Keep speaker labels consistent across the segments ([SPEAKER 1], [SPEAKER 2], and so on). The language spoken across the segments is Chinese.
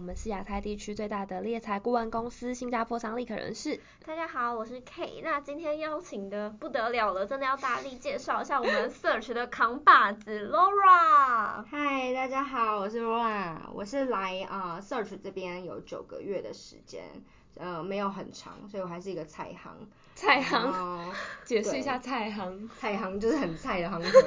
[SPEAKER 1] 们是亚太地区最大的猎财顾问公司新加坡商立可人士。
[SPEAKER 2] 大家好，我是 K。那今天邀请的不得了了，真的要大力介绍一下我 们 Search 的扛把子 Laura。
[SPEAKER 3] 嗨，大家好，我是 Rola，我是来啊、呃 Search 这边有九个月的时间，呃，没有很长，所以我还是一个菜行。
[SPEAKER 1] 菜
[SPEAKER 3] 然
[SPEAKER 1] 行，
[SPEAKER 3] 后
[SPEAKER 1] 解释
[SPEAKER 3] 对
[SPEAKER 1] 一下菜行。
[SPEAKER 3] 菜行就是很 菜的行行，菜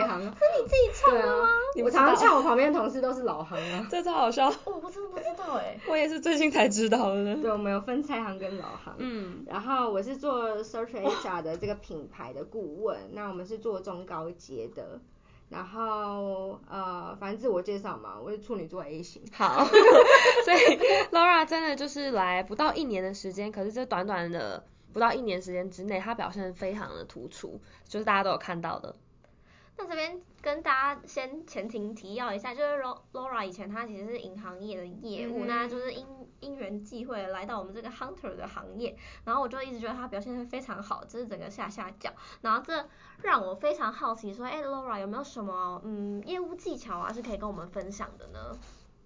[SPEAKER 3] 行。
[SPEAKER 2] 哦哎是你自己唱
[SPEAKER 3] 对
[SPEAKER 2] 的
[SPEAKER 3] 啊
[SPEAKER 2] 吗？，
[SPEAKER 1] 你不
[SPEAKER 3] 我
[SPEAKER 1] 知道
[SPEAKER 3] 常常 呛我旁边的同事都是老行啊。
[SPEAKER 1] 这超好笑，
[SPEAKER 2] 哦我真的不知道哎、
[SPEAKER 1] 我也是最近才知道的。
[SPEAKER 3] 对，我嗯们有分菜行跟老行。
[SPEAKER 1] 嗯，
[SPEAKER 3] 然后我是做 Search HR 的这个品牌的顾问，那我们是做中高阶的。然后呃，反正自我介绍嘛，我是处女座 A 型。
[SPEAKER 1] 好， 所以 Laura 真的就是来不到一年的时间，可是这短短的不到一年时间之内，她表现得非常的突出，就是大家都有看到的。
[SPEAKER 2] 那这边跟大家先前情提要一下，就是 Lo- Laura 以前她其实是银行业的业务，
[SPEAKER 3] 嗯哼
[SPEAKER 2] 那就是因因缘际会来到我们这个 hunter 的行业，然后我就一直觉得她表现得非常好，这是整个下下脚，然后这让我非常好奇说，哎、l a u r a 有没有什么嗯业务技巧啊是可以跟我们分享的呢？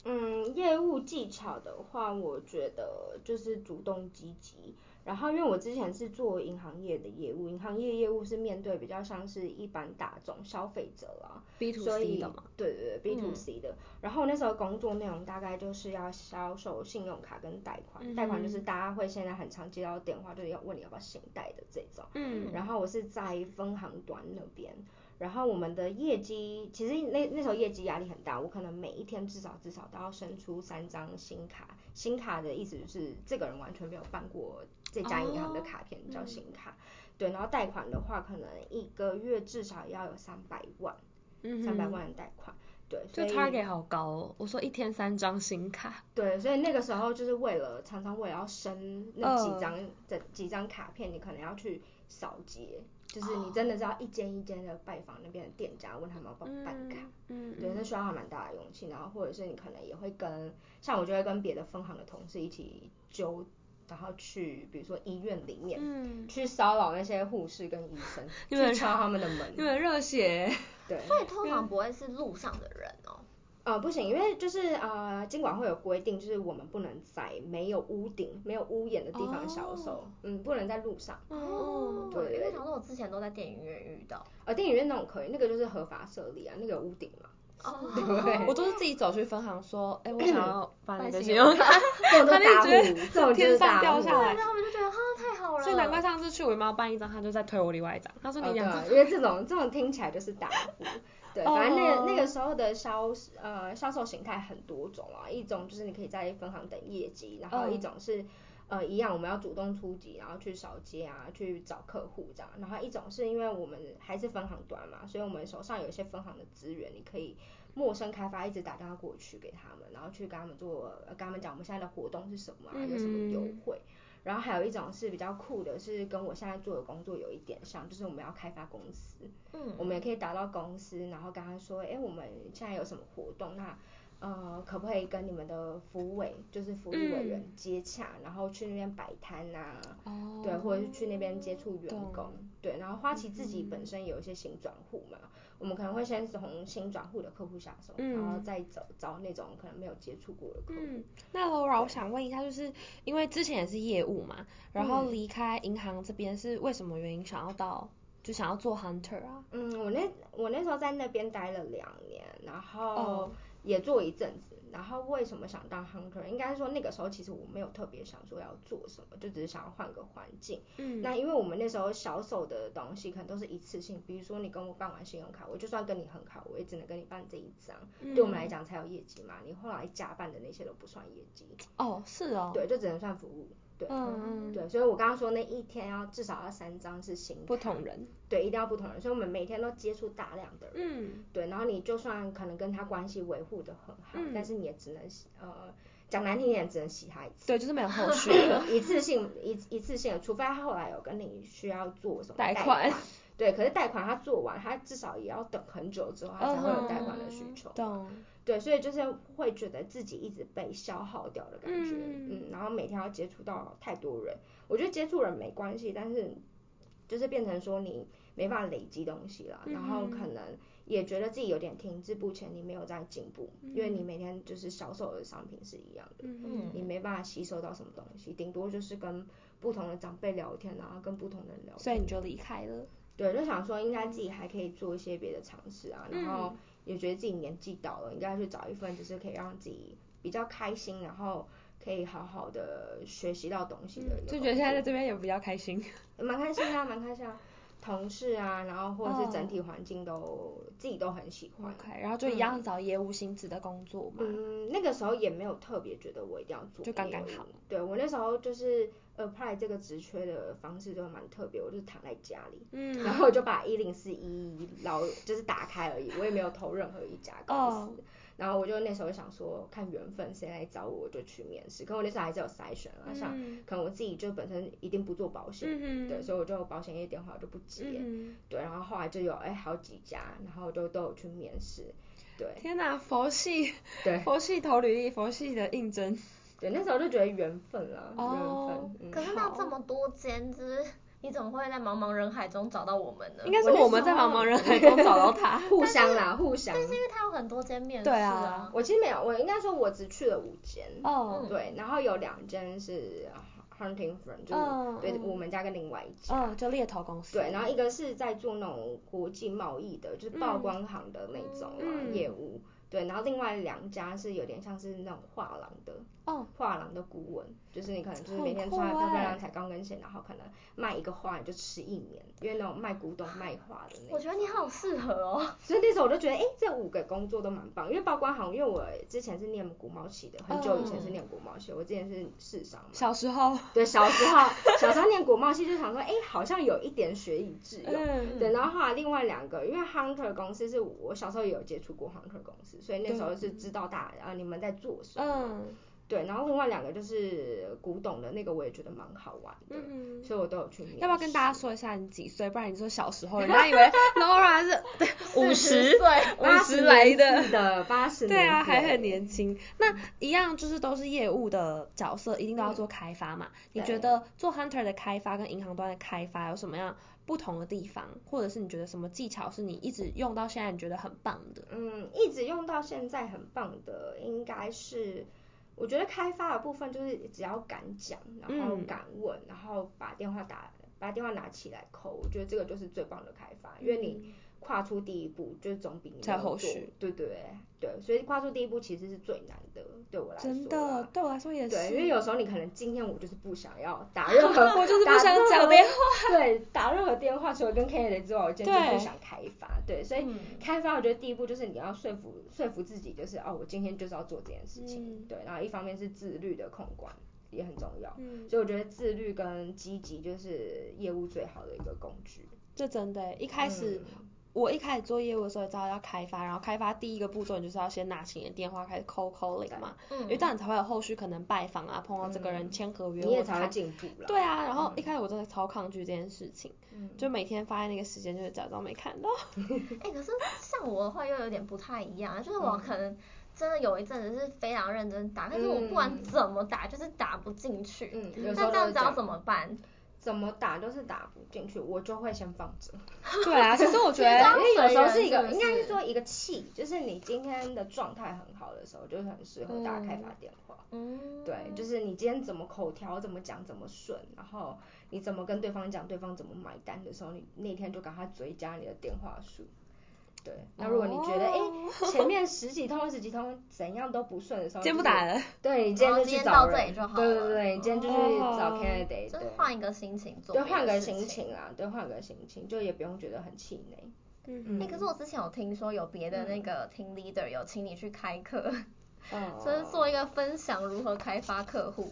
[SPEAKER 3] 嗯，业务技巧的话，我觉得就是主动积极。然后，因为我之前是做银行业的业务，银行业业务是面对比较像是一般大众消费者啦，
[SPEAKER 1] B to
[SPEAKER 3] 所
[SPEAKER 1] C
[SPEAKER 3] 以
[SPEAKER 1] 的嘛，嗯
[SPEAKER 3] 对对对，B to C 的。然后我那时候工作内容大概就是要销售信用卡跟贷款，贷款就
[SPEAKER 1] 嗯
[SPEAKER 3] 是大家会现在很常接到电话，就是要问你要不要信贷的这种。
[SPEAKER 1] 嗯，
[SPEAKER 3] 然后我是在分行端那边，然后我们的业绩其实那那时候业绩压力很大，我可能每一天至少至少都要生出三张新卡，新卡的意思就是这个人完全没有办过这家银行的卡片、叫
[SPEAKER 2] 嗯
[SPEAKER 3] 新卡，对，然后贷款的话，可能一个月至少要有三百万，
[SPEAKER 1] 嗯
[SPEAKER 3] 三百
[SPEAKER 1] 哼
[SPEAKER 3] 万的贷款，对，
[SPEAKER 1] 就
[SPEAKER 3] 所以
[SPEAKER 1] target 好高哦，我说一天三张新卡，
[SPEAKER 3] 对，所以那个时候就是为了常常为了要升那
[SPEAKER 1] 嗯
[SPEAKER 3] 几张这、几张卡片，你可能要去扫街，就是
[SPEAKER 1] 哦
[SPEAKER 3] 你真的是要一间一间的拜访那边的店家，问他们要不要办卡。
[SPEAKER 1] 嗯，
[SPEAKER 3] 对，那
[SPEAKER 1] 嗯
[SPEAKER 3] 需要还蛮大的勇气，然后或者是你可能也会跟，像我就会跟别的分行的同事一起揪，然后去比如说医院里面、
[SPEAKER 1] 嗯，
[SPEAKER 3] 去骚扰那些护士跟医生，
[SPEAKER 1] 因为
[SPEAKER 3] 去敲他们的
[SPEAKER 1] 有
[SPEAKER 3] 门。
[SPEAKER 1] 点热血，
[SPEAKER 3] 对，
[SPEAKER 2] 所以通常不会是路上的人哦。
[SPEAKER 3] 呃，不行，因为就是呃，监管会有规定，就是我们不能在没有屋顶、没有屋檐的地方销售，
[SPEAKER 1] 哦
[SPEAKER 3] 嗯，不能在路上。
[SPEAKER 1] 哦
[SPEAKER 3] 对
[SPEAKER 2] 因为想说我之前都在电影院遇到。
[SPEAKER 3] 呃，电影院那种可以，那个就是合法设立啊，那个有屋顶 嘛，
[SPEAKER 2] 哦
[SPEAKER 3] 对不对？
[SPEAKER 1] 我都是自己走去分行说，哎，我想 要办那个信
[SPEAKER 2] 信
[SPEAKER 1] 用
[SPEAKER 2] 用
[SPEAKER 1] 卡，
[SPEAKER 3] 这种都
[SPEAKER 1] 他就
[SPEAKER 3] 大
[SPEAKER 1] 觉
[SPEAKER 3] 户，这种就
[SPEAKER 1] 天
[SPEAKER 3] 是
[SPEAKER 1] 上
[SPEAKER 3] 大
[SPEAKER 1] 掉
[SPEAKER 3] 户。
[SPEAKER 1] 下来
[SPEAKER 2] 然后他们就觉得哈太好了，
[SPEAKER 1] 所以难怪上次去我妈办一张，她就在推我另外一张，她说
[SPEAKER 3] 呃
[SPEAKER 1] 你两张
[SPEAKER 3] 对，因为这种这种听起来就是大户。对，反正那个、
[SPEAKER 1] 哦
[SPEAKER 3] 那个时候的销呃销售形态很多种啊，一种就是你可以在分行等业绩，然后
[SPEAKER 1] 嗯
[SPEAKER 3] 一种是、呃一样我们要主动出击，然后去扫街啊，去找客户这样，然后一种是因为我们还是分行端嘛，所以我们手上有一些分行的资源，你可以。陌生开发一直打电话过去给他们，然后去跟他们做，呃跟他们讲我们现在的活动是什么、啊，有什么优
[SPEAKER 1] 嗯
[SPEAKER 3] 惠。然后还有一种是比较酷的，是跟我现在做的工作有一点像，就是我们要开发公司，
[SPEAKER 2] 嗯，
[SPEAKER 3] 我们也可以打到公司，然后跟他说，哎，我们现在有什么活动，那呃，可不可以跟你们的服务委，就是服务委员接洽，然后去那边摆摊呐、
[SPEAKER 1] 嗯哦
[SPEAKER 3] 对，或者是去那边接触员
[SPEAKER 1] 懂嗯
[SPEAKER 3] 工，对，然后花旗自己本身有一些新转户嘛，我们可能会先从新转户的客户下手，然后
[SPEAKER 1] 嗯
[SPEAKER 3] 再找找那种可能没有接触过的客户，
[SPEAKER 1] 嗯，那 Laura，
[SPEAKER 3] 对
[SPEAKER 1] 我想问一下，就是因为之前也是业务嘛，然后
[SPEAKER 3] 嗯
[SPEAKER 1] 离开银行这边是为什么原因想要到就想要做 hunter 啊？
[SPEAKER 3] 嗯，我那我那时候在那边待了两年，然后
[SPEAKER 1] 哦
[SPEAKER 3] 也做一阵子。然后为什么想当 hunter？应该说那个时候其实我没有特别想说要做什么，就只是想要换个环境。
[SPEAKER 1] 嗯，
[SPEAKER 3] 那因为我们那时候销售的东西可能都是一次性，比如说你跟我办完信用卡，我就算跟你很好，我也只能跟你办这一张，对我们来
[SPEAKER 1] 嗯
[SPEAKER 3] 讲才有业绩嘛。你后来加办的那些都不算业绩，
[SPEAKER 1] 哦，是哦，
[SPEAKER 3] 对，就只能算服务。对，
[SPEAKER 1] 嗯嗯，
[SPEAKER 3] 对，所以我刚刚说那一天要至少要三张是新
[SPEAKER 1] 不
[SPEAKER 3] 卡
[SPEAKER 1] 同人，
[SPEAKER 3] 对，一定要不同人，所以我们每天都接触大量的人。
[SPEAKER 1] 嗯，
[SPEAKER 3] 对，然后你就算可能跟他关系维护的很好，
[SPEAKER 1] 嗯
[SPEAKER 3] 但是你也只能洗呃讲难听一点，只能洗他一次，
[SPEAKER 1] 对，就是没有后 续了，
[SPEAKER 3] 一次性一一次性的，除非他后来有跟你需要做什么
[SPEAKER 1] 贷
[SPEAKER 3] 贷
[SPEAKER 1] 款
[SPEAKER 3] 对，可是贷款他做完，他至少也要等很久之后，他才会有贷款的需求。
[SPEAKER 1] 懂，
[SPEAKER 3] 对，所以就是会觉得自己一直被消耗掉的感觉，
[SPEAKER 1] 嗯
[SPEAKER 3] 嗯然后每天要接触到太多人，我觉得接触人没关系，但是就是变成说你没办法累积东西啦，然后
[SPEAKER 1] 嗯
[SPEAKER 3] 可能也觉得自己有点停滞不前，你没有在进步，因为你每天就是销售的商品是一样的，
[SPEAKER 1] 嗯
[SPEAKER 3] 你没办法吸收到什么东西，顶多就是跟不同的长辈聊天啊，跟不同的人聊天。
[SPEAKER 1] 所以你就离开了。
[SPEAKER 3] 对，就想说应该自己还可以做一些别的尝试啊，然后
[SPEAKER 1] 嗯
[SPEAKER 3] 也觉得自己年纪到了，应该去找一份就是可以让自己比较开心，然后可以好好的学习到东西的一个工
[SPEAKER 1] 嗯
[SPEAKER 3] 作。
[SPEAKER 1] 就觉得现在在这边也比较开心。
[SPEAKER 3] 蛮开心的啊，蛮开心啊，同事啊，然后或者
[SPEAKER 1] 哦
[SPEAKER 3] 是整体环境都、自己都很喜欢。
[SPEAKER 1] OK，然后就一样找业务性质的工作嘛。
[SPEAKER 3] 嗯，那个时候也没有特别觉得我一定要做，
[SPEAKER 1] 就刚刚好。
[SPEAKER 3] 对我那时候就是 apply 这个职缺的方式就蛮特别，我就是躺在家里，
[SPEAKER 1] 嗯
[SPEAKER 3] 然后我就把一零四一老就是打开而已，我也没有投任何一家公司。
[SPEAKER 1] 哦
[SPEAKER 3] 然后我就那时候想说，看缘分，谁来找我我就去面试。可我那时候还是有筛选啊，像
[SPEAKER 1] 嗯
[SPEAKER 3] 可能我自己就本身一定不做保险，
[SPEAKER 1] 嗯哼
[SPEAKER 3] 对，所以我就保险业电话我就不接。
[SPEAKER 1] 嗯
[SPEAKER 3] 对，然后后来就有哎好几家，然后就都有去面试。对
[SPEAKER 1] 哼，天哪，佛系，
[SPEAKER 3] 对
[SPEAKER 1] 佛系投履历，佛系的应征。
[SPEAKER 3] 对，那时候就觉得缘分啦，缘、
[SPEAKER 1] 哦
[SPEAKER 3] 分。嗯
[SPEAKER 2] 可是那这么多间，就是你怎么会在茫茫人海中找到我们呢？
[SPEAKER 1] 应该是我们在茫茫 人海中找到他。
[SPEAKER 3] 互相啦，互相。
[SPEAKER 2] 但是因为他有很多间面试
[SPEAKER 1] 对啊
[SPEAKER 2] 啊，
[SPEAKER 3] 我其实没有，我应该说我只去了五间。
[SPEAKER 1] 哦
[SPEAKER 3] 对，然后有两间是 Huntington，就是、
[SPEAKER 1] 嗯
[SPEAKER 3] 对
[SPEAKER 1] 嗯
[SPEAKER 3] 我们家跟另外一家。
[SPEAKER 1] 嗯，就猎头公司。
[SPEAKER 3] 对，然后一个是在做那种国际贸易的，就是曝光行的那种啊、
[SPEAKER 1] 嗯
[SPEAKER 3] 业务。对，然后另外两家是有点像是那种画廊的，
[SPEAKER 1] 哦，
[SPEAKER 3] 画廊的顾问，就是你可能就是
[SPEAKER 1] 很
[SPEAKER 3] 每天
[SPEAKER 1] 酷
[SPEAKER 3] 穿漂漂
[SPEAKER 1] 欸
[SPEAKER 3] 亮亮踩高跟鞋，然后可能卖一个画你就吃一年，因为那种卖古董卖画的那种。
[SPEAKER 2] 我觉得你好适合哦。
[SPEAKER 3] 所以那时候我就觉得，哎、这五个工作都蛮棒，因为曝光行，因为我之前是念国贸系的，很久以前是念国贸系，我之前是市商嘛。
[SPEAKER 1] 小时候。嗯
[SPEAKER 3] 对，小时候 小时候念国贸系就想说，哎、好像有一点学以致用。
[SPEAKER 1] 嗯
[SPEAKER 3] 对，然后后来另外两个，因为 Hunter 公司是我小时候也有接触过 Hunter 公司，所以那时候是知道大啊你们在做什么。
[SPEAKER 1] 嗯
[SPEAKER 3] 对，然后另外两个就是古董的那个，我也觉得蛮好玩的，
[SPEAKER 1] 嗯
[SPEAKER 3] 所以我都有去面试。
[SPEAKER 1] 要不要跟大家说一 下你几岁？不然你说小时候，人家以为 Laura 是五十
[SPEAKER 2] 40岁
[SPEAKER 1] 五十来
[SPEAKER 3] 的
[SPEAKER 1] 的。
[SPEAKER 3] 的八十
[SPEAKER 1] 对啊，
[SPEAKER 3] 年
[SPEAKER 1] 还很
[SPEAKER 3] 代
[SPEAKER 1] 年轻。那一样就是都是业务的角色，一定都要做开发嘛。你觉
[SPEAKER 3] 对
[SPEAKER 1] 得做 hunter 的开发跟银行端的开发有什么样不同的地方，或者是你觉得什么技巧是你一直用到现在你觉得很棒的？
[SPEAKER 3] 嗯，一直用到现在很棒的，应该是我觉得开发的部分就是只要敢讲，然后
[SPEAKER 1] 嗯
[SPEAKER 3] 敢问，然后把电话打把电话拿起来扣，我觉得这个就是最棒的开发，因为你跨出第一步，就是总比你
[SPEAKER 1] 嗯在
[SPEAKER 3] 没有
[SPEAKER 1] 后
[SPEAKER 3] 做
[SPEAKER 1] 续，
[SPEAKER 3] 对对对，所以跨出第一步其实是最难的，对我来说
[SPEAKER 1] 真的，
[SPEAKER 3] 啦。
[SPEAKER 1] 对啊我来说也是。
[SPEAKER 3] 对，因为有时候你可能今天我就是不想要 打任何，我
[SPEAKER 1] 就是不想讲电话。
[SPEAKER 3] 对，打任何电话，除了跟 K 的之外，我今天就是
[SPEAKER 1] 对
[SPEAKER 3] 不想开发。对，所以
[SPEAKER 2] 嗯
[SPEAKER 3] 开发，我觉得第一步就是你要说服说服自己，就是哦，我今天就是要做这件事情。
[SPEAKER 1] 嗯
[SPEAKER 3] 对，然后一方面是自律的控管也很重要，
[SPEAKER 1] 嗯
[SPEAKER 3] 所以我觉得自律跟积极就是业务最好的一个工具。
[SPEAKER 1] 这真的欸，一开始、
[SPEAKER 3] 嗯
[SPEAKER 1] 我一开始做业务的时候也知道要开发，然后开发第一个步骤你就是要先拿起你的电话开始 cold calling 嘛，
[SPEAKER 3] 嗯
[SPEAKER 1] 因为这样你才会有后续可能拜访啊，碰到这个人签合约
[SPEAKER 3] 你也
[SPEAKER 1] 或
[SPEAKER 3] 才会
[SPEAKER 1] 谈。
[SPEAKER 3] 进步了。
[SPEAKER 1] 对啊，然后一开始我真的超抗拒这件事情，
[SPEAKER 3] 嗯，
[SPEAKER 1] 就每天发现那个时间就是假装没看 到。
[SPEAKER 2] 哎、可是像我的话又有点不太一样，啊就是我
[SPEAKER 3] 嗯
[SPEAKER 2] 可能真的有一阵子是非常认真打，但是我不管怎么打，就是打不进去。
[SPEAKER 3] 嗯
[SPEAKER 2] 那
[SPEAKER 3] 有时候
[SPEAKER 2] 这
[SPEAKER 3] 都
[SPEAKER 2] 样
[SPEAKER 3] 会
[SPEAKER 2] 子
[SPEAKER 3] 这
[SPEAKER 2] 要
[SPEAKER 3] 样
[SPEAKER 2] 怎么办？
[SPEAKER 3] 怎么打都是打不进去，我就会先放着。
[SPEAKER 1] 对啊，可是我觉 得
[SPEAKER 2] 当
[SPEAKER 3] 因为有时候是一
[SPEAKER 2] 水
[SPEAKER 3] 个，
[SPEAKER 2] 人
[SPEAKER 3] 应该
[SPEAKER 2] 是
[SPEAKER 3] 是
[SPEAKER 2] 不
[SPEAKER 3] 说一个气，就是你今天的状态很好的时候，就是很适合打开发电话。
[SPEAKER 2] 嗯，
[SPEAKER 3] 对，就是你今天怎么口条，怎么讲，怎么顺，然后你怎么跟对方讲，对方怎么买单的时候，你那天就赶快追加你的电话数。对，那如果你觉得哎、
[SPEAKER 1] 哦
[SPEAKER 3] 诶前面十几通、十几通怎样都不顺的时候，
[SPEAKER 1] 先不
[SPEAKER 3] 就是
[SPEAKER 1] 打了。
[SPEAKER 3] 对，你今天
[SPEAKER 2] 哦
[SPEAKER 3] 就
[SPEAKER 2] 今
[SPEAKER 3] 去
[SPEAKER 2] 天
[SPEAKER 3] 找
[SPEAKER 2] 到这
[SPEAKER 3] 人，
[SPEAKER 2] 里就好
[SPEAKER 3] 对对
[SPEAKER 2] 了
[SPEAKER 3] 对，你今天就去
[SPEAKER 1] 哦
[SPEAKER 3] 找 candidate，、
[SPEAKER 2] 就是
[SPEAKER 3] 对
[SPEAKER 2] 换一个心情做，
[SPEAKER 3] 对，换个心。情啊，对，换个心情，就也不用觉得很气馁。
[SPEAKER 1] 嗯
[SPEAKER 2] 哎、可是我之前有听说有别的那个 team leader 有请你去开课，
[SPEAKER 3] 嗯，
[SPEAKER 2] 就是做一个分享如何开发客户。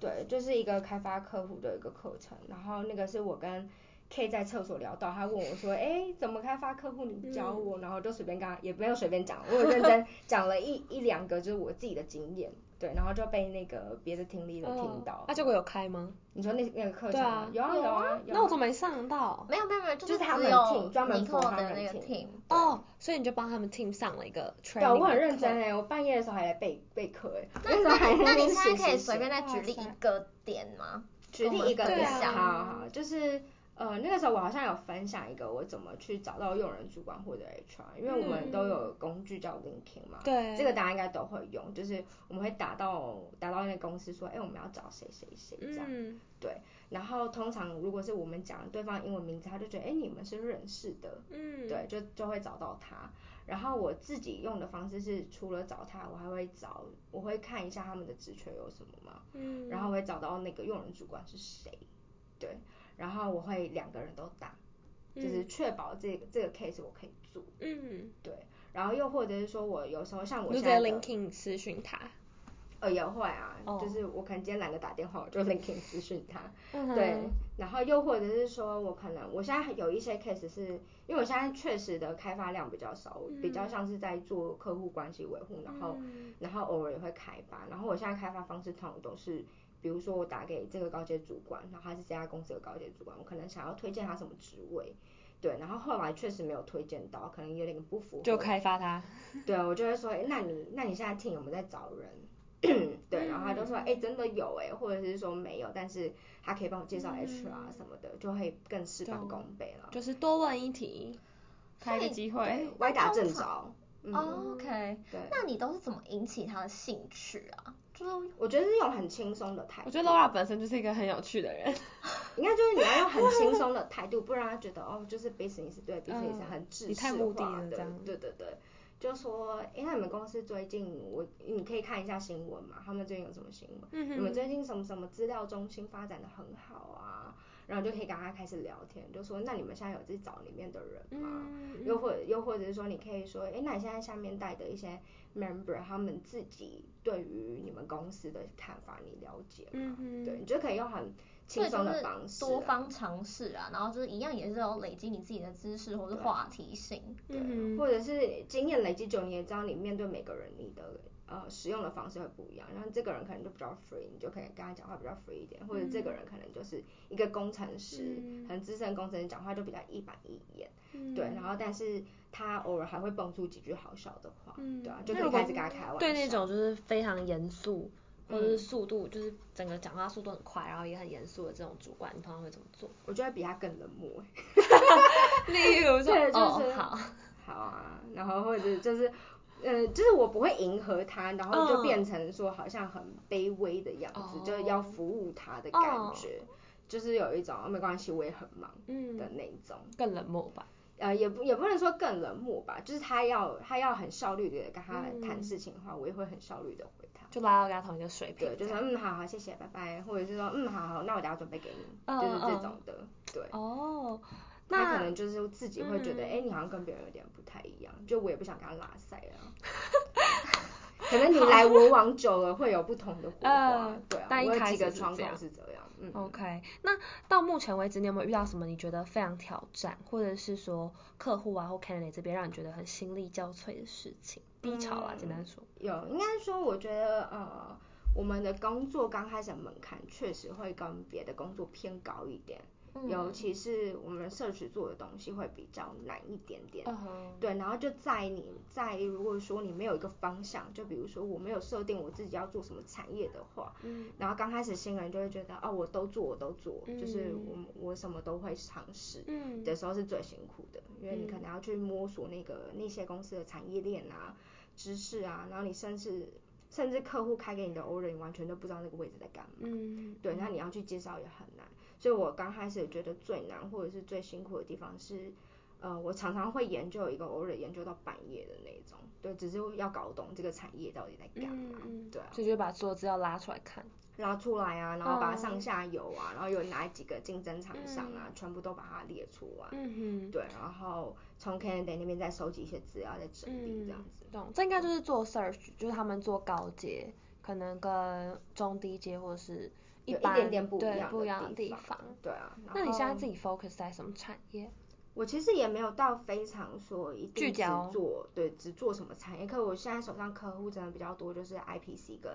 [SPEAKER 3] 对，就是一个开发客户的一个课程，然后那个是我跟 K 在厕所聊到，他问我说，哎，怎么开发客户？你教我，然后就随便跟他，也没有随便讲，我有认真讲了一一两个，就是我自己的经验，对，然后就被那个别的听力的听到
[SPEAKER 1] 那、，结果有开吗？
[SPEAKER 3] 你说那那个课程
[SPEAKER 1] 对
[SPEAKER 3] 吗
[SPEAKER 1] 啊
[SPEAKER 3] 有啊有啊，有
[SPEAKER 1] 那我怎么没上到？
[SPEAKER 2] 哎没有没有没有，就
[SPEAKER 3] 就是是他
[SPEAKER 2] 只
[SPEAKER 3] 们
[SPEAKER 2] 有
[SPEAKER 3] team，专门
[SPEAKER 2] Nicole
[SPEAKER 3] 服他
[SPEAKER 2] 的
[SPEAKER 3] 们
[SPEAKER 2] 那个
[SPEAKER 3] team
[SPEAKER 2] team。
[SPEAKER 1] 哦，所以你就帮他们 team 上了一个 training
[SPEAKER 3] 对，
[SPEAKER 1] 的课。
[SPEAKER 3] 我很认真哎，我半夜的时候还在备备课哎，
[SPEAKER 2] 那
[SPEAKER 3] 时候还
[SPEAKER 2] 那你那你
[SPEAKER 3] 边
[SPEAKER 2] 现在可以
[SPEAKER 3] 写写
[SPEAKER 2] 随
[SPEAKER 3] 写
[SPEAKER 2] 便再举例一个点吗？
[SPEAKER 3] 举例一个
[SPEAKER 1] 对
[SPEAKER 3] 点，
[SPEAKER 1] 啊
[SPEAKER 3] 好好，就是呃，那个时候我好像有分享一个我怎么去找到用人主管或者 HR，因为我们都有工具叫 LinkedIn 嘛，
[SPEAKER 1] 对
[SPEAKER 3] 这个大家应该都会用，就是我们会打到打到那个公司说，哎、我们要找谁谁谁这样，
[SPEAKER 1] 嗯，
[SPEAKER 3] 然后通常如果是我们讲对方英文名字，他就觉得，哎、你们是认识的，
[SPEAKER 1] 嗯，
[SPEAKER 3] 对，就就会找到他。然后我自己用的方式是，除了找他，我还会找，我会看一下他们的职缺有什么嘛，
[SPEAKER 1] 嗯，
[SPEAKER 3] 然后会找到那个用人主管是谁，对，然后我会两个人都打，就是确保这个、这个 case 我可以做，
[SPEAKER 1] 嗯，
[SPEAKER 3] 对。然后又或者是说我有时候像我
[SPEAKER 1] 你就
[SPEAKER 3] 现
[SPEAKER 1] 直接
[SPEAKER 3] 在的，
[SPEAKER 1] linking 私讯他，
[SPEAKER 3] 呃也会啊，
[SPEAKER 1] 哦
[SPEAKER 3] 就是我可能今天懒得打电话，我就 LinkedIn 私讯他，
[SPEAKER 1] 嗯哼
[SPEAKER 3] 对，，然后又或者是说我可能我现在有一些 case 是因为我现在确实的开发量比较少，我比
[SPEAKER 1] 嗯
[SPEAKER 3] 较像是在做客户关系维护，然后、然后偶尔也会开发，然后我现在开发方式通常都是。比如说，我打给这个高阶主管，然后他是这家公司的高阶主管，我可能想要推荐他什么职位，对，然后后来确实没有推荐到，可能有点不符合，
[SPEAKER 1] 就开发他，
[SPEAKER 3] 对，我就会说，哎诶那你那你现在听有没有在找人？ 对，然后他就
[SPEAKER 1] 嗯
[SPEAKER 3] 说，哎、真的有哎、或者是说没有，但是他可以帮我介绍
[SPEAKER 1] 嗯
[SPEAKER 3] HR 啊什么的，就会更事半功倍了。哎
[SPEAKER 1] 就是多问一题，开个机
[SPEAKER 3] 对
[SPEAKER 1] 会，，
[SPEAKER 3] 歪打
[SPEAKER 2] 通
[SPEAKER 3] 正
[SPEAKER 2] 常
[SPEAKER 3] 着。嗯，
[SPEAKER 2] 哦 OK，
[SPEAKER 3] 对，
[SPEAKER 2] 那你都是怎么引起他的兴趣啊？就是
[SPEAKER 3] 我觉得是用很轻松的态度。
[SPEAKER 1] 我觉得 Laura 本身就是一个很有趣的人，
[SPEAKER 3] 应该就是你要用很轻松的态度，不然他觉得哦，就是 business 对 business 很制
[SPEAKER 1] 嗯你太
[SPEAKER 3] 式
[SPEAKER 1] 目的
[SPEAKER 3] 化
[SPEAKER 1] 了这
[SPEAKER 3] 的
[SPEAKER 1] 样，
[SPEAKER 3] 对对对。就说，哎、那你们公司最近我你可以看一下新闻嘛，他们最近有什么新闻？
[SPEAKER 1] 嗯
[SPEAKER 3] 你们最近什么什么资料中心发展的很好啊，然后就可以跟他开始聊天，就说那你们现在有去找里面的人吗？
[SPEAKER 1] 嗯
[SPEAKER 3] 又或又或者是说，你可以说，哎、那你现在下面带的一些 member 他们自己对于你们公司的看法，你了解吗？
[SPEAKER 1] 嗯
[SPEAKER 3] 对，你就可以用很轻
[SPEAKER 2] 对，
[SPEAKER 3] 松
[SPEAKER 2] 就
[SPEAKER 3] 的
[SPEAKER 2] 是
[SPEAKER 3] 方式、啊
[SPEAKER 2] 多。方尝试啊，然后就是一样也是要累积你自己的知识或是
[SPEAKER 3] 对
[SPEAKER 2] 话题性。
[SPEAKER 3] 对
[SPEAKER 1] 嗯
[SPEAKER 3] 或者是经验累积久，你也知道你面对每个人你的呃使用的方式会不一样。然后这个人可能就比较 free，你就可以跟他讲话比较 free 一点，或者这个人可能就是一个工程师，
[SPEAKER 1] 嗯
[SPEAKER 3] 很资深工程师，讲话就比较一板一眼，
[SPEAKER 1] 嗯
[SPEAKER 3] 对。然后但是他偶尔还会蹦出几句好笑的话，
[SPEAKER 1] 嗯
[SPEAKER 3] 对啊，就
[SPEAKER 1] 那
[SPEAKER 3] 可以
[SPEAKER 1] 如果
[SPEAKER 3] 开始跟他开玩笑。
[SPEAKER 1] 对那种就是非常严肃，或者
[SPEAKER 3] 嗯
[SPEAKER 1] 是速度、就是整个讲话速度很快，然后也很严肃的这种主管，你通常会怎么做？
[SPEAKER 3] 我觉得比他更冷漠、 欸
[SPEAKER 1] 例如说，
[SPEAKER 3] 对就
[SPEAKER 1] 哦
[SPEAKER 3] 是
[SPEAKER 1] 好，
[SPEAKER 3] 好啊，然后或者就是，呃，就是我不会迎合他，然后就
[SPEAKER 1] 嗯
[SPEAKER 3] 变成说好像很卑微的样子，
[SPEAKER 1] 哦
[SPEAKER 3] 就是要服务他的感觉，就是有一种、啊没关系，我也很忙的
[SPEAKER 1] 嗯，
[SPEAKER 3] 那一种。
[SPEAKER 1] 更冷漠吧，
[SPEAKER 3] 呃，也不也不能说更冷漠吧，就是他要他要很效率的跟他
[SPEAKER 1] 嗯
[SPEAKER 3] 谈事情的话，我也会很效率的回他。
[SPEAKER 1] 就拉到跟他同一个水平
[SPEAKER 3] 对，
[SPEAKER 1] 这
[SPEAKER 3] 就是
[SPEAKER 1] 样。
[SPEAKER 3] 嗯，好好，谢谢，拜拜，或者是说嗯，好好，那我等下准备给你，
[SPEAKER 1] 嗯
[SPEAKER 3] 就是这
[SPEAKER 1] 嗯
[SPEAKER 3] 种的，对。
[SPEAKER 1] 哦，
[SPEAKER 3] 他可
[SPEAKER 1] 那
[SPEAKER 3] 能就是自己会觉得，
[SPEAKER 1] 嗯
[SPEAKER 3] 哎、你好像跟别人有点不太一样，就我也不想跟他拉塞啊。 可能你来我往久了，会有不同的火花，
[SPEAKER 1] 嗯
[SPEAKER 3] 对啊，
[SPEAKER 1] 但一
[SPEAKER 3] 我有
[SPEAKER 1] 开
[SPEAKER 3] 几
[SPEAKER 1] 始
[SPEAKER 3] 个
[SPEAKER 1] 是
[SPEAKER 3] 窗口
[SPEAKER 1] 这样哦
[SPEAKER 3] 是这样，嗯，
[SPEAKER 1] OK，那到目前为止，你有没有遇到什么你觉得非常挑战，或者是说客户啊或 candidate 这边让你觉得很心力交瘁的事情？低潮
[SPEAKER 3] 嗯
[SPEAKER 1] 啊，简单说，
[SPEAKER 3] 有应该说，我觉得呃，我们的工作刚开始的门槛确实会跟别的工作偏高一点，
[SPEAKER 2] 嗯
[SPEAKER 3] 尤其是我们社区做的东西会比较难一点点。
[SPEAKER 1] 嗯
[SPEAKER 2] 哦
[SPEAKER 1] 哼，
[SPEAKER 3] 对，然后就在你在如果说你没有一个方向，就比如说我没有设定我自己要做什么产业的话，
[SPEAKER 1] 嗯，
[SPEAKER 3] 然后刚开始新人就会觉得哦，我都做，我都做，就是
[SPEAKER 1] 嗯
[SPEAKER 3] 我我什么都会尝试
[SPEAKER 1] 嗯，
[SPEAKER 3] 的时候是最辛苦的，因为你可能要去摸索那个那些公司的产业链啊、知识啊，然后你甚至甚至客户开给你的 order，你完全都不知道那个位置在干嘛。
[SPEAKER 1] 嗯，
[SPEAKER 3] 对，那你要去介绍也很难。所以我刚开始觉得最难或者是最辛苦的地方是，呃，我常常会研究一个 order 研究到半夜的那一种，对，只是要搞懂这个产业到底在干嘛，
[SPEAKER 1] 嗯嗯
[SPEAKER 3] 对啊，
[SPEAKER 1] 所以就把所有资料拉出来看，
[SPEAKER 3] 拉出来啊，然后把它上
[SPEAKER 1] 嗯
[SPEAKER 3] 下游啊，然后有哪几个竞争厂商啊，全部都把它列出来，
[SPEAKER 1] 嗯哼，
[SPEAKER 3] 对，然后从 Canada 那边再收集一些资料，再整理这样子。
[SPEAKER 1] 嗯懂，这应该就是做 search，就是他们做高阶，可能跟中低阶或者是
[SPEAKER 3] 有一
[SPEAKER 1] 般
[SPEAKER 3] 点点不一
[SPEAKER 1] 对
[SPEAKER 3] 样
[SPEAKER 1] 不一样
[SPEAKER 3] 的
[SPEAKER 1] 的
[SPEAKER 3] 地
[SPEAKER 1] 地方。
[SPEAKER 3] 对啊，然
[SPEAKER 1] 那你现在
[SPEAKER 3] 后
[SPEAKER 1] 自己 focus 在什么产业？
[SPEAKER 3] 我其实也没有到非常说一定
[SPEAKER 1] 聚
[SPEAKER 3] 只
[SPEAKER 1] 焦
[SPEAKER 3] 做对只做什么产业，可我现在手上客户真的比较多，就是 IPC 跟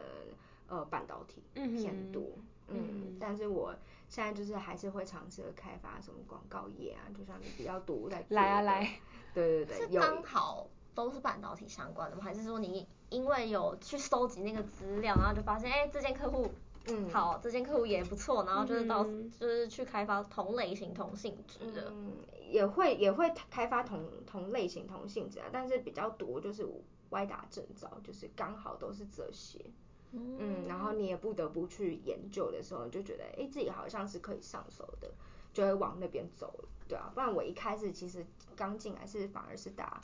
[SPEAKER 3] 呃半导体
[SPEAKER 1] 嗯
[SPEAKER 3] 偏
[SPEAKER 1] 哼
[SPEAKER 3] 多，嗯
[SPEAKER 1] 嗯
[SPEAKER 3] 但是我现在就是还是会尝试开发什么广告业啊，就像你比较多在做
[SPEAKER 1] 来啊
[SPEAKER 3] 的
[SPEAKER 1] 来，
[SPEAKER 3] 对对对，
[SPEAKER 2] 是
[SPEAKER 3] 有
[SPEAKER 2] 刚好都是半导体相关的吗？还是说你因为有去搜集那个资料，然后就发现，哎、这间客户
[SPEAKER 3] 嗯，
[SPEAKER 2] 好，这间客户也不错，然后就是到、
[SPEAKER 1] 嗯
[SPEAKER 2] 就是去开发同类型、同性质的。
[SPEAKER 3] 嗯，也会也会开发同同类型同性质啊，但是比较多就是歪打正着，就是刚好都是这些。嗯，然后你也不得不去研究的时候，你就觉得，哎，自己好像是可以上手的，就会往那边走了，对啊，不然我一开始其实刚进来是反而是打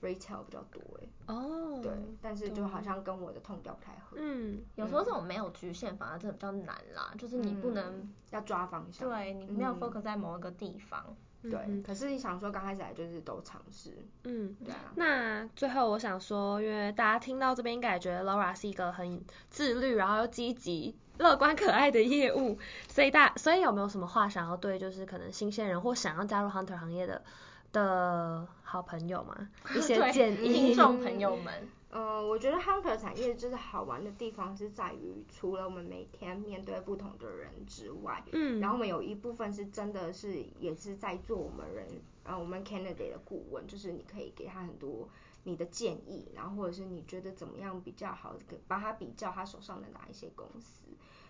[SPEAKER 3] retail 比较多，哎，
[SPEAKER 1] 哦，
[SPEAKER 3] 对，
[SPEAKER 2] 嗯
[SPEAKER 3] 但是就好
[SPEAKER 1] 懂
[SPEAKER 3] 像跟我的痛调不太合，
[SPEAKER 1] 嗯，
[SPEAKER 2] 有时候这种没有局限，反而真的比较难啦，就是你不能，
[SPEAKER 3] 要抓方向，
[SPEAKER 2] 对你没有
[SPEAKER 3] 嗯
[SPEAKER 2] focus 在嗯某一个地方。
[SPEAKER 3] 对，可是你想说刚开始来就是都尝试，
[SPEAKER 1] 嗯，
[SPEAKER 3] 对啊，
[SPEAKER 1] 那最后我想说，因为大家听到这边，应该也觉得 Laura 是一个很自律，然后又积极、 乐观、可爱的业务，所以大，所以有没有什么话想要对，就是可能新鲜人或想要加入 hunter 行业的的好朋友 吗？一些
[SPEAKER 2] 对
[SPEAKER 1] 建
[SPEAKER 2] 听
[SPEAKER 1] 议。
[SPEAKER 2] 众朋友们，
[SPEAKER 3] 嗯，我觉得 hunter 产业就是好玩的地方是在于，除了我们每天面对不同的人之外，
[SPEAKER 1] 嗯，
[SPEAKER 3] 然后我们有一部分是真的是也是在做我们人呃我们 candidate 的顾问，就是你可以给他很多你的建议，然后或者是你觉得怎么样比较好，给帮他比较他手上的哪一些公司。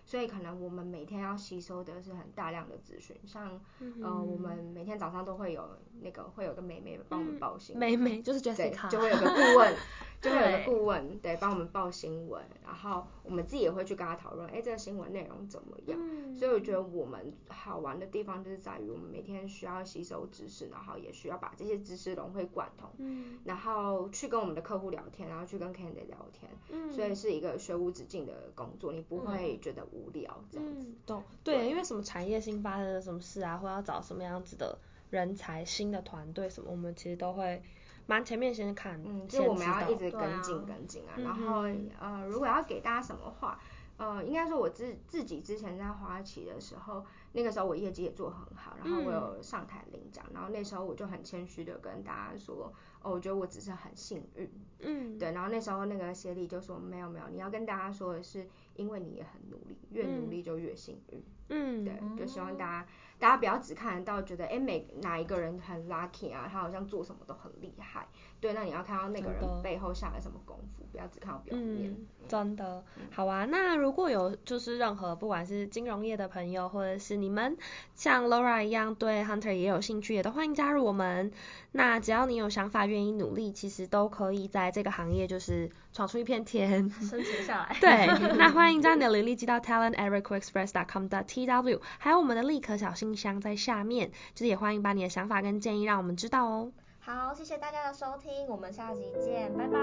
[SPEAKER 3] 所以可能我们每天要吸收的是很大量的资讯，像呃我们每天早上都会有那个会有个美眉帮我们报新闻，
[SPEAKER 1] 美美就是
[SPEAKER 3] 对，
[SPEAKER 1] Jessica，
[SPEAKER 3] 就会有个顾 问，就会有个
[SPEAKER 1] 对
[SPEAKER 3] 顾问，对，帮我们报新闻，然后我们自己也会去跟他讨论，哎，这个新闻内容怎么样？
[SPEAKER 1] 嗯
[SPEAKER 3] 所以我觉得我们好玩的地方就是在于我们每天需要吸收知识，然后也需要把这些知识融会贯通，
[SPEAKER 1] 嗯
[SPEAKER 3] 然后去跟我们的客户聊天，然后去跟 candidate 聊天，
[SPEAKER 1] 嗯
[SPEAKER 3] 所以是一个学无止境的工作，你不会觉得无聊这样子。
[SPEAKER 1] 嗯，懂。对，因为什么产业新发生了什么事啊，或要找什么样子的人才、新的团队什么，我们其实都会蛮前面先看，
[SPEAKER 3] 嗯，就
[SPEAKER 1] 先
[SPEAKER 3] 我们
[SPEAKER 1] 知
[SPEAKER 3] 要
[SPEAKER 1] 道
[SPEAKER 3] 一
[SPEAKER 2] 对
[SPEAKER 3] 直跟
[SPEAKER 2] 啊
[SPEAKER 3] 进跟进啊。
[SPEAKER 1] 嗯
[SPEAKER 3] 然后
[SPEAKER 1] 哼
[SPEAKER 3] 呃，如果要给大家什么话，呃，应该说我自自己之前在花旗的时候，那个时候我业绩也做得很好，然后我
[SPEAKER 1] 嗯
[SPEAKER 3] 有上台领奖，然后那时候我就很谦虚的跟大家说，哦，我觉得我只是很幸运，
[SPEAKER 1] 嗯，
[SPEAKER 3] 对。然后那时候那个协理就说，没有没有，你要跟大家说的是，因为你也很努力，越努
[SPEAKER 1] 嗯
[SPEAKER 3] 力就越幸运。
[SPEAKER 1] 嗯，
[SPEAKER 3] 对，就希望大家大家不要只看得到觉得诶每哪一个人很 lucky 啊，他好像做什么都很厉害。对，那你要看到那个
[SPEAKER 1] 真的
[SPEAKER 3] 人背后下了什么功夫，不要只看到表面。
[SPEAKER 1] 嗯，真的好啊。那如果有就是任何不管是金融业的朋友，或者是你们像 Laura 一样对 Hunter 也有兴趣，也都欢迎加入我们。那只要你有想法，愿意努力，其实都可以在这个行业就是闯出一片天。
[SPEAKER 2] 申请下来。
[SPEAKER 1] 对， 那欢迎将你的履历寄到 talent at r e c o express dot com dot tw，还有我们的立可小信箱在下面，就是也欢迎把你的想法跟建议让我们知道哦。
[SPEAKER 2] 好，谢谢大家的收听，我们下集见，拜拜。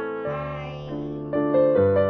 [SPEAKER 3] 拜